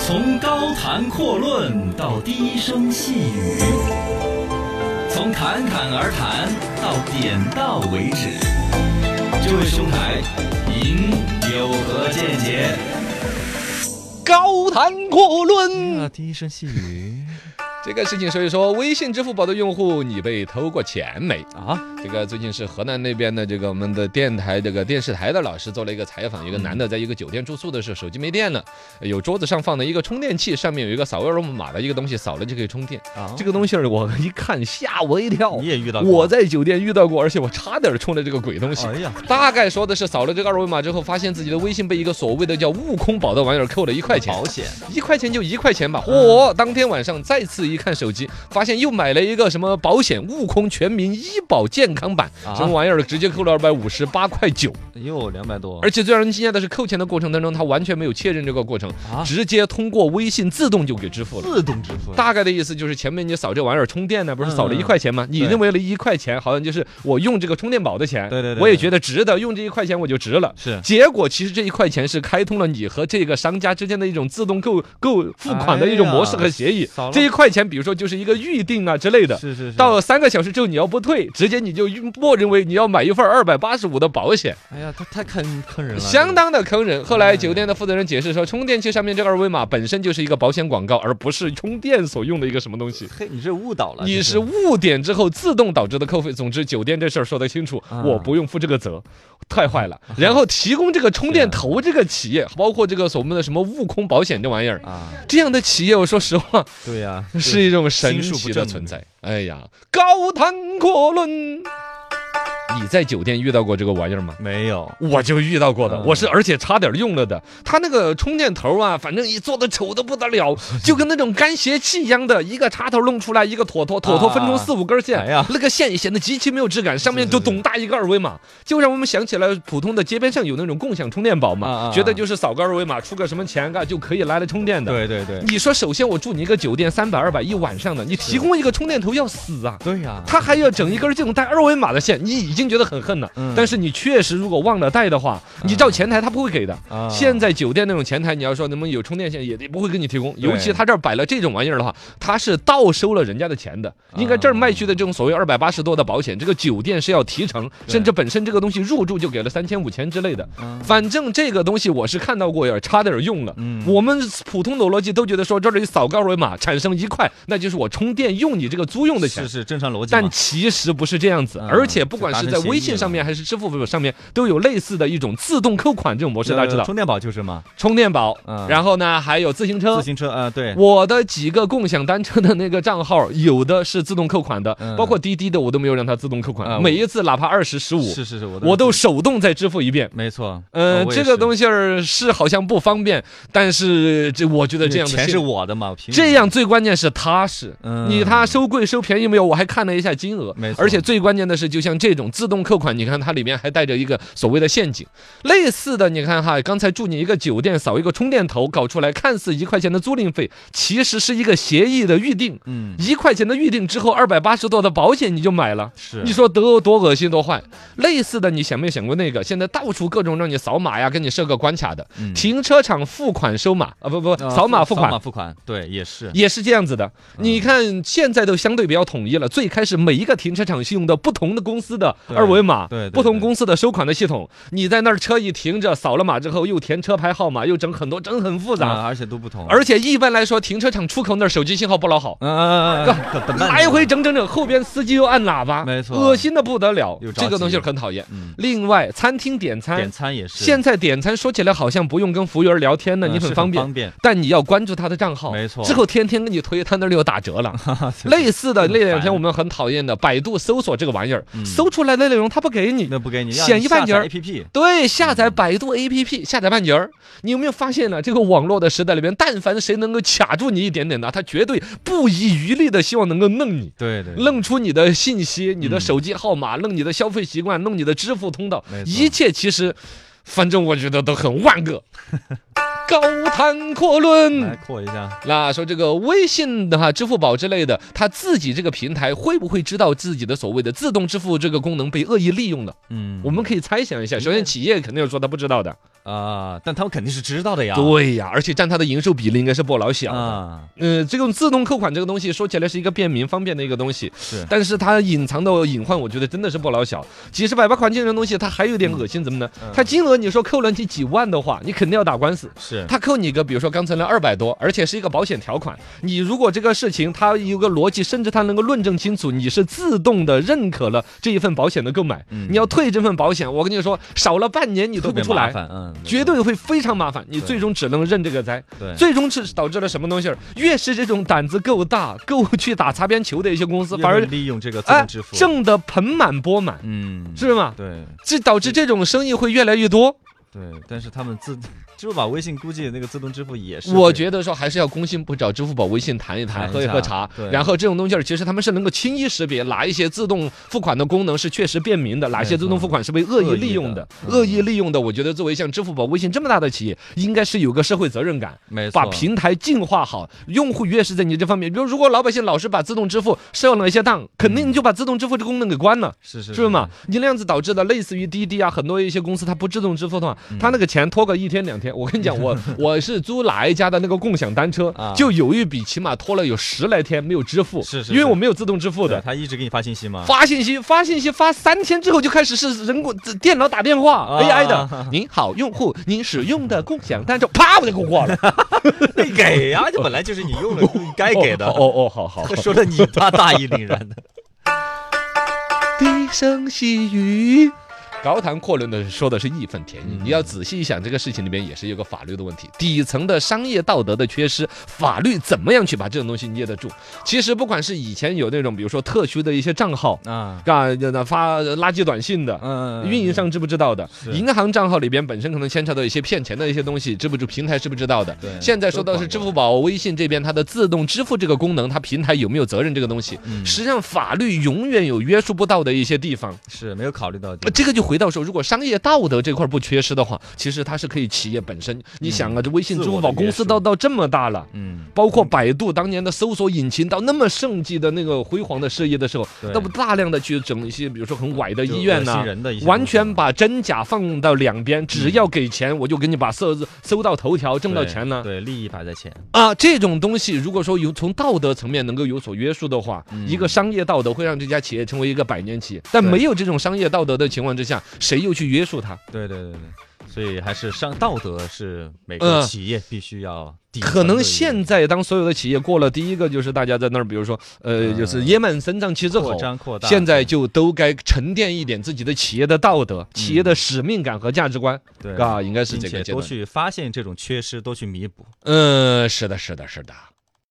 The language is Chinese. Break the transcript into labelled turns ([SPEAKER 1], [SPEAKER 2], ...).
[SPEAKER 1] 从高谈阔论到低声细语，从侃侃而谈到点到为止。这位兄台，您有何见解？
[SPEAKER 2] 高谈阔论。
[SPEAKER 3] 啊，低声细语
[SPEAKER 2] 这个事情，所以说微信、支付宝的用户，你被偷过钱没？
[SPEAKER 3] 啊，
[SPEAKER 2] 这个最近是河南那边的这个我们的电台这个电视台的老师做了一个采访，一个男的在一个酒店住宿的时候，手机没电了，有桌子上放的一个充电器，上面有一个扫二维码的一个东西，扫了就可以充电。
[SPEAKER 3] 啊
[SPEAKER 2] 这个东西儿我一看吓我一跳
[SPEAKER 3] 你，也遇到过？
[SPEAKER 2] 我在酒店遇到过，而且我差点儿充了这个鬼东西。
[SPEAKER 3] 哎呀，
[SPEAKER 2] 大概说的是扫了这个二维码之后，发现自己的微信被一个所谓的叫“悟空宝”的玩意儿扣了一块钱，
[SPEAKER 3] 保险
[SPEAKER 2] 一块钱就一块钱吧。
[SPEAKER 3] 嗯
[SPEAKER 2] 嚯、当天晚上再次一看手机，发现又买了一个什么保险“悟空全民医保健康版”
[SPEAKER 3] 啊
[SPEAKER 2] 什么玩意儿，直接扣了二百五十八块九。
[SPEAKER 3] 又哎两百多，
[SPEAKER 2] 而且最让人惊讶的是，扣钱的过程当中，他完全没有确认这个过程，
[SPEAKER 3] 啊嗯
[SPEAKER 2] 直接通过微信自动就给支付了。
[SPEAKER 3] 自动支付，
[SPEAKER 2] 大概的意思就是前面你扫这玩意儿充电呢，不是扫了
[SPEAKER 3] 嗯
[SPEAKER 2] 一块钱吗？你
[SPEAKER 3] 对
[SPEAKER 2] 认为了一块钱好像就是我用这个充电宝的钱，
[SPEAKER 3] 对对对对
[SPEAKER 2] 我也觉得值得，用这一块钱我就值了。
[SPEAKER 3] 是
[SPEAKER 2] 结果其实这一块钱是开通了你和这个商家之间的一种自动购购付款的一种模式和协
[SPEAKER 3] 哎
[SPEAKER 2] 议
[SPEAKER 3] 呀扫。了
[SPEAKER 2] 这一块钱，比如说就是一个预定啊之类的。
[SPEAKER 3] 是是是。
[SPEAKER 2] 到三个小时之后你要不退，直接你就默认为你要买一份二百八十五的保险，
[SPEAKER 3] 哎呀，他太坑坑人了，
[SPEAKER 2] 相当的坑人。后来
[SPEAKER 3] 哎
[SPEAKER 2] 酒店的负责人解释说，充电器上面这个二维码本身就是一个保险广告，而不是充电所用的一个什么东西。
[SPEAKER 3] 这个。嘿，你这误导了，
[SPEAKER 2] 你
[SPEAKER 3] 这
[SPEAKER 2] 是误点之后自动导致的扣费。总之，酒店这事儿说得清楚，
[SPEAKER 3] 啊
[SPEAKER 2] 我不用负这个责，太坏了。然后提供这个充电
[SPEAKER 3] 啊
[SPEAKER 2] 头这个企业，包括这个所谓的什么悟空保险这玩意儿，
[SPEAKER 3] 啊，
[SPEAKER 2] 这样的企业，我说实话
[SPEAKER 3] 对呀，
[SPEAKER 2] 是一种神
[SPEAKER 3] 心术
[SPEAKER 2] 奇
[SPEAKER 3] 不
[SPEAKER 2] 的
[SPEAKER 3] 正
[SPEAKER 2] 存在。哎呀，高谈阔论。你在酒店遇到过这个玩意儿吗？
[SPEAKER 3] 没有
[SPEAKER 2] 我就遇到过的，
[SPEAKER 3] 嗯
[SPEAKER 2] 我是而且差点用了的。它那个充电头啊，反正也做的丑的不得 了，就跟那种干鞋器一样的，一个插头弄出来一个妥妥，妥妥分出四五根线，
[SPEAKER 3] 啊哎呀哎
[SPEAKER 2] 那个线也显得极其没有质感，上面
[SPEAKER 3] 是
[SPEAKER 2] 就是咚大一个二维码，就让我们想起来普通的街边上有那种共享充电宝
[SPEAKER 3] 啊啊
[SPEAKER 2] 嘛，
[SPEAKER 3] 啊
[SPEAKER 2] 觉得就是扫个二维码出个什么钱啊就可以拿来充电的。
[SPEAKER 3] 对对对
[SPEAKER 2] 你说，首先我住你一个酒店，三百二百一晚上的，你提供一个充电头要死啊！
[SPEAKER 3] 对呀，
[SPEAKER 2] 他还要整一根这种带二维码的线，你已经觉得很恨了。
[SPEAKER 3] 嗯
[SPEAKER 2] 但是你确实如果忘了带的话，你照前台他不会给的。
[SPEAKER 3] 啊
[SPEAKER 2] 现在酒店那种前台，你要说能不能有充电线，也也不会给你提供。尤其他这儿摆了这种玩意儿的话，他是倒收了人家的钱的。
[SPEAKER 3] 啊
[SPEAKER 2] 应该这儿卖去的这种所谓二百八十多的保险，这个酒店是要提成，
[SPEAKER 3] 对
[SPEAKER 2] 甚至本身这个东西入住就给了三千五千之类的。
[SPEAKER 3] 啊
[SPEAKER 2] 反正这个东西我是看到过，也差点用了。
[SPEAKER 3] 嗯
[SPEAKER 2] 我们普通的逻辑都觉得说，这里扫个二维码产生一块，那就是我充电用你这个租用的钱
[SPEAKER 3] 是。是正常逻辑嘛，
[SPEAKER 2] 但其实不是这样子，
[SPEAKER 3] 嗯
[SPEAKER 2] 而且不管
[SPEAKER 3] 是
[SPEAKER 2] 是
[SPEAKER 3] 达
[SPEAKER 2] 在
[SPEAKER 3] 成
[SPEAKER 2] 微
[SPEAKER 3] 协议
[SPEAKER 2] 信
[SPEAKER 3] 了
[SPEAKER 2] 上面还是支付宝上面，都有类似的一种自动扣款这种模式，大家知
[SPEAKER 3] 呃
[SPEAKER 2] 道，
[SPEAKER 3] 充电宝就是嘛，
[SPEAKER 2] 充电宝，
[SPEAKER 3] 嗯
[SPEAKER 2] 然后呢还有自行车
[SPEAKER 3] 自。行车啊，呃对，
[SPEAKER 2] 我的几个共享单车的那个账号，有的是自动扣款的，
[SPEAKER 3] 嗯
[SPEAKER 2] 包括滴滴的，我都没有让它自动扣款，
[SPEAKER 3] 啊我
[SPEAKER 2] 每一次哪怕二十、十五，
[SPEAKER 3] 是哦是是，我
[SPEAKER 2] 我都
[SPEAKER 3] 是
[SPEAKER 2] 手动再支付一遍。
[SPEAKER 3] 没错，
[SPEAKER 2] 呃，这个
[SPEAKER 3] 西
[SPEAKER 2] 东西儿是好像不方便，但是这我觉得这样的
[SPEAKER 3] 钱
[SPEAKER 2] 现
[SPEAKER 3] 是我的嘛，我凭
[SPEAKER 2] 这样最关键是踏实。
[SPEAKER 3] 嗯
[SPEAKER 2] 你他收贵收便宜没有？我还看了一下金额
[SPEAKER 3] 没，错
[SPEAKER 2] 而且最关键的是，就像这种自动扣款，你看它里面还带着一个所谓的陷阱。类似的，你看哈，刚才住你一个酒店扫一个充电头，搞出来看似一块钱的租赁费，其实是一个协议的预定，
[SPEAKER 3] 嗯
[SPEAKER 2] 一块钱的预定之后，二百八十多的保险你就买了。
[SPEAKER 3] 是
[SPEAKER 2] 你说得多恶心多坏，类似的你想没有想过那个？现在到处各种让你扫码呀，给你设个关卡的，
[SPEAKER 3] 嗯
[SPEAKER 2] 停车场付款收码啊，不不，
[SPEAKER 3] 呃
[SPEAKER 2] 扫码付
[SPEAKER 3] 扫
[SPEAKER 2] 款
[SPEAKER 3] 码，付款，对，也是
[SPEAKER 2] 也是这样子的。
[SPEAKER 3] 嗯
[SPEAKER 2] 你看，现在都相对比较统一了。最开始每一个停车场是用的不同的公司的
[SPEAKER 3] 对
[SPEAKER 2] 二维码，
[SPEAKER 3] 对对
[SPEAKER 2] 不同
[SPEAKER 3] 对
[SPEAKER 2] 公司的收款的系统。你在那儿车一停着，扫了码之后又填车牌号码，又整很多，整很复杂。
[SPEAKER 3] 啊而且都不同，
[SPEAKER 2] 而且一般来说，停车场出口那儿手机信号不老好。
[SPEAKER 3] 嗯嗯嗯嗯等等慢
[SPEAKER 2] 来回整整整，后边司机又按喇叭，
[SPEAKER 3] 没错
[SPEAKER 2] 恶心的不得了
[SPEAKER 3] 又。着
[SPEAKER 2] 这个东西
[SPEAKER 3] 急
[SPEAKER 2] 很讨厌。
[SPEAKER 3] 嗯
[SPEAKER 2] 另外，餐厅点餐，
[SPEAKER 3] 点餐也是，
[SPEAKER 2] 现在点餐说起来好像不用跟服务员聊天呢，
[SPEAKER 3] 嗯
[SPEAKER 2] 你
[SPEAKER 3] 是
[SPEAKER 2] 很
[SPEAKER 3] 很
[SPEAKER 2] 方便，
[SPEAKER 3] 方便
[SPEAKER 2] 但你要关注他的账号，
[SPEAKER 3] 没错
[SPEAKER 2] 之后天天给你推，他那里有打折 了。类似的
[SPEAKER 3] 很
[SPEAKER 2] 那
[SPEAKER 3] 烦
[SPEAKER 2] 两天我们很讨厌的，百度搜索这个玩意儿，
[SPEAKER 3] 嗯
[SPEAKER 2] 搜出来的内容他不给你。
[SPEAKER 3] 那不给你
[SPEAKER 2] 显一半截儿
[SPEAKER 3] A P P
[SPEAKER 2] 对，下载百度 APP，下载半截儿。你有没有发现呢？这个网络的时代里面，但凡谁能够卡住你一点点的，他绝对不遗余力的希望能够弄你。
[SPEAKER 3] 对对，
[SPEAKER 2] 弄出你的信息、你的
[SPEAKER 3] 嗯
[SPEAKER 2] 手机号码、弄你的消费习惯、弄你的支付通道
[SPEAKER 3] 没，错
[SPEAKER 2] 一切其实，反正我觉得都很万恶。 高谈阔论
[SPEAKER 3] 来。扩一下，
[SPEAKER 2] 那说这个微信的哈、支付宝之类的，它自己这个平台会不会知道自己的所谓的自动支付这个功能被恶意利用了？
[SPEAKER 3] 嗯，
[SPEAKER 2] 我们可以猜想一下，首先企业肯定是说它不知道的，
[SPEAKER 3] 啊，但他们肯定是知道的呀，
[SPEAKER 2] 对呀，而且占它的营收比例应该是不老小的。
[SPEAKER 3] 啊，
[SPEAKER 2] 呃，这种自动扣款这个东西说起来是一个便民方便的一个东西，
[SPEAKER 3] 是
[SPEAKER 2] 但是它隐藏的隐患，我觉得真的是不老小。几十百八块钱的东西，它还有点恶心，怎么
[SPEAKER 3] 嗯
[SPEAKER 2] 呢？它金额你说扣了你几万的话，你肯定要打官司。
[SPEAKER 3] 是，
[SPEAKER 2] 他扣你个，比如说刚才那二百多，而且是一个保险条款。你如果这个事情它有个逻辑，甚至它能够论证清楚，你是自动的认可了这一份保险的购买。
[SPEAKER 3] 嗯
[SPEAKER 2] 你要退这份保险，我跟你说，少了半年你退
[SPEAKER 3] 特
[SPEAKER 2] 不
[SPEAKER 3] 别
[SPEAKER 2] 出
[SPEAKER 3] 麻
[SPEAKER 2] 来，
[SPEAKER 3] 烦，嗯，
[SPEAKER 2] 绝对会非常麻烦。你
[SPEAKER 3] 对
[SPEAKER 2] 最终只能认这个灾。
[SPEAKER 3] 对，
[SPEAKER 2] 最终是导致了什么东西儿？越是这种胆子够大、够去打擦边球的一些公司，反而
[SPEAKER 3] 利用这个自
[SPEAKER 2] 哎
[SPEAKER 3] 动支付，
[SPEAKER 2] 挣得盆满钵满，
[SPEAKER 3] 嗯，
[SPEAKER 2] 是吗？
[SPEAKER 3] 对
[SPEAKER 2] 这导致这种生意会越来越多。
[SPEAKER 3] 对，但是他们自 支付宝、微信估计那个自动支付也是会，
[SPEAKER 2] 我觉得说还是要公信部找支付宝、微信谈一谈，
[SPEAKER 3] 谈一
[SPEAKER 2] 喝一
[SPEAKER 3] 下
[SPEAKER 2] 喝茶
[SPEAKER 3] 对。
[SPEAKER 2] 然后这种东西儿，其实他们是能够轻易识别哪一些自动付款的功能是确实便民的，哪些自动付款是被恶意利用的。恶
[SPEAKER 3] 恶意的嗯
[SPEAKER 2] 意利用的，我觉得作为像支付宝、微信这么大的企业，应该是有个社会责任感。
[SPEAKER 3] 没错，
[SPEAKER 2] 把平台净化好，用户越是在你这方面，比如如果老百姓老是把自动支付上了一些当，肯
[SPEAKER 3] 嗯
[SPEAKER 2] 定就把自动支付这功能给关了。
[SPEAKER 3] 是是
[SPEAKER 2] 是吗？？你那样子导致的，类似于滴滴啊，很多一些公司它不自动支付的话，
[SPEAKER 3] 嗯
[SPEAKER 2] 它那个钱拖个一天两天。我跟 你讲，我我是租哪一家的那个共享单车
[SPEAKER 3] 啊，
[SPEAKER 2] 就有一笔起码拖了有十来天没有支付，
[SPEAKER 3] 是是
[SPEAKER 2] 因为
[SPEAKER 3] 是
[SPEAKER 2] 我没有自动支付
[SPEAKER 3] 对，啊
[SPEAKER 2] 的。
[SPEAKER 3] 他一直给你发信息吗？
[SPEAKER 2] 发信息，发信息，发三天之后就开始是人工这电脑打电话、
[SPEAKER 3] 啊
[SPEAKER 2] AI 的。您好，用户，您使用的共享单车，啪我就给 我挂了。
[SPEAKER 3] 你给呀，这本来就是你用的，该给的。
[SPEAKER 2] 哦哦，哦好好。
[SPEAKER 3] 他说的你他大义凛然的，
[SPEAKER 2] 低声细语。高谈阔论的说的是义愤填膺，
[SPEAKER 3] 嗯
[SPEAKER 2] 你要仔细一想，这个事情里面也是有个法律的问题，底层的商业道德的缺失，法律怎么样去把这种东西捏得住？其实不管是以前有那种，比如说特需的一些账号，
[SPEAKER 3] 啊，
[SPEAKER 2] 啊，那发垃圾短信的，
[SPEAKER 3] 嗯
[SPEAKER 2] 运营商知不知道的？
[SPEAKER 3] 是
[SPEAKER 2] 银行账号里边本身可能牵扯到一些骗钱的一些东西，知不知平台知不知道的
[SPEAKER 3] 对？
[SPEAKER 2] 现在说到是支付宝、微信这边它的自动支付这个功能，它平台有没有责任这个东西？
[SPEAKER 3] 嗯
[SPEAKER 2] 实际上法律永远有约束不到的一些地方。
[SPEAKER 3] 是没有考虑到
[SPEAKER 2] 呃这个就回到说，如果商业道德这块不缺失的话，其实它是可以企业本
[SPEAKER 3] 嗯
[SPEAKER 2] 身。你想啊，这微信、
[SPEAKER 3] 自
[SPEAKER 2] 支
[SPEAKER 3] 我的
[SPEAKER 2] 付宝公司
[SPEAKER 3] 约束
[SPEAKER 2] 到到这么大了。
[SPEAKER 3] 嗯，
[SPEAKER 2] 包括百度当年的搜索引擎到那么盛极的那个辉煌的事业的时候，
[SPEAKER 3] 对
[SPEAKER 2] 那不大量的去整一些，比如说很歪的
[SPEAKER 3] 就
[SPEAKER 2] 医院
[SPEAKER 3] 恶
[SPEAKER 2] 呐、
[SPEAKER 3] 心人的一些
[SPEAKER 2] 完
[SPEAKER 3] 东西
[SPEAKER 2] 全把真假放到两边，只要给钱，我就给你把搜搜到头条，挣到
[SPEAKER 3] 对
[SPEAKER 2] 钱呢。
[SPEAKER 3] 对，利益摆在前，
[SPEAKER 2] 啊，这种东西如果说有从道德层面能够有所约束的话，
[SPEAKER 3] 嗯
[SPEAKER 2] 一个商业道德会让这家企业成为一个百年企业。但
[SPEAKER 3] 对
[SPEAKER 2] 没有这种商业道德的情况之下，谁又去约束它？
[SPEAKER 3] 对对对对，所以还是上道德是每
[SPEAKER 2] 嗯
[SPEAKER 3] 个企业必须要底层的
[SPEAKER 2] 可
[SPEAKER 3] 一个。
[SPEAKER 2] 能现在当所有的企业过了第一个，就是大家在那儿，比如说，呃，
[SPEAKER 3] 嗯
[SPEAKER 2] 就是野蛮生长期之后
[SPEAKER 3] 扩。张扩大，
[SPEAKER 2] 现在就都该沉淀一点自己的企业的道德、企业的使命感和价值观，
[SPEAKER 3] 嗯对
[SPEAKER 2] 啊，应该是
[SPEAKER 3] 并
[SPEAKER 2] 这个
[SPEAKER 3] 且
[SPEAKER 2] 阶
[SPEAKER 3] 多
[SPEAKER 2] 段。
[SPEAKER 3] 去发现这种缺失，多去弥补。
[SPEAKER 2] 嗯，是的，是的，是的。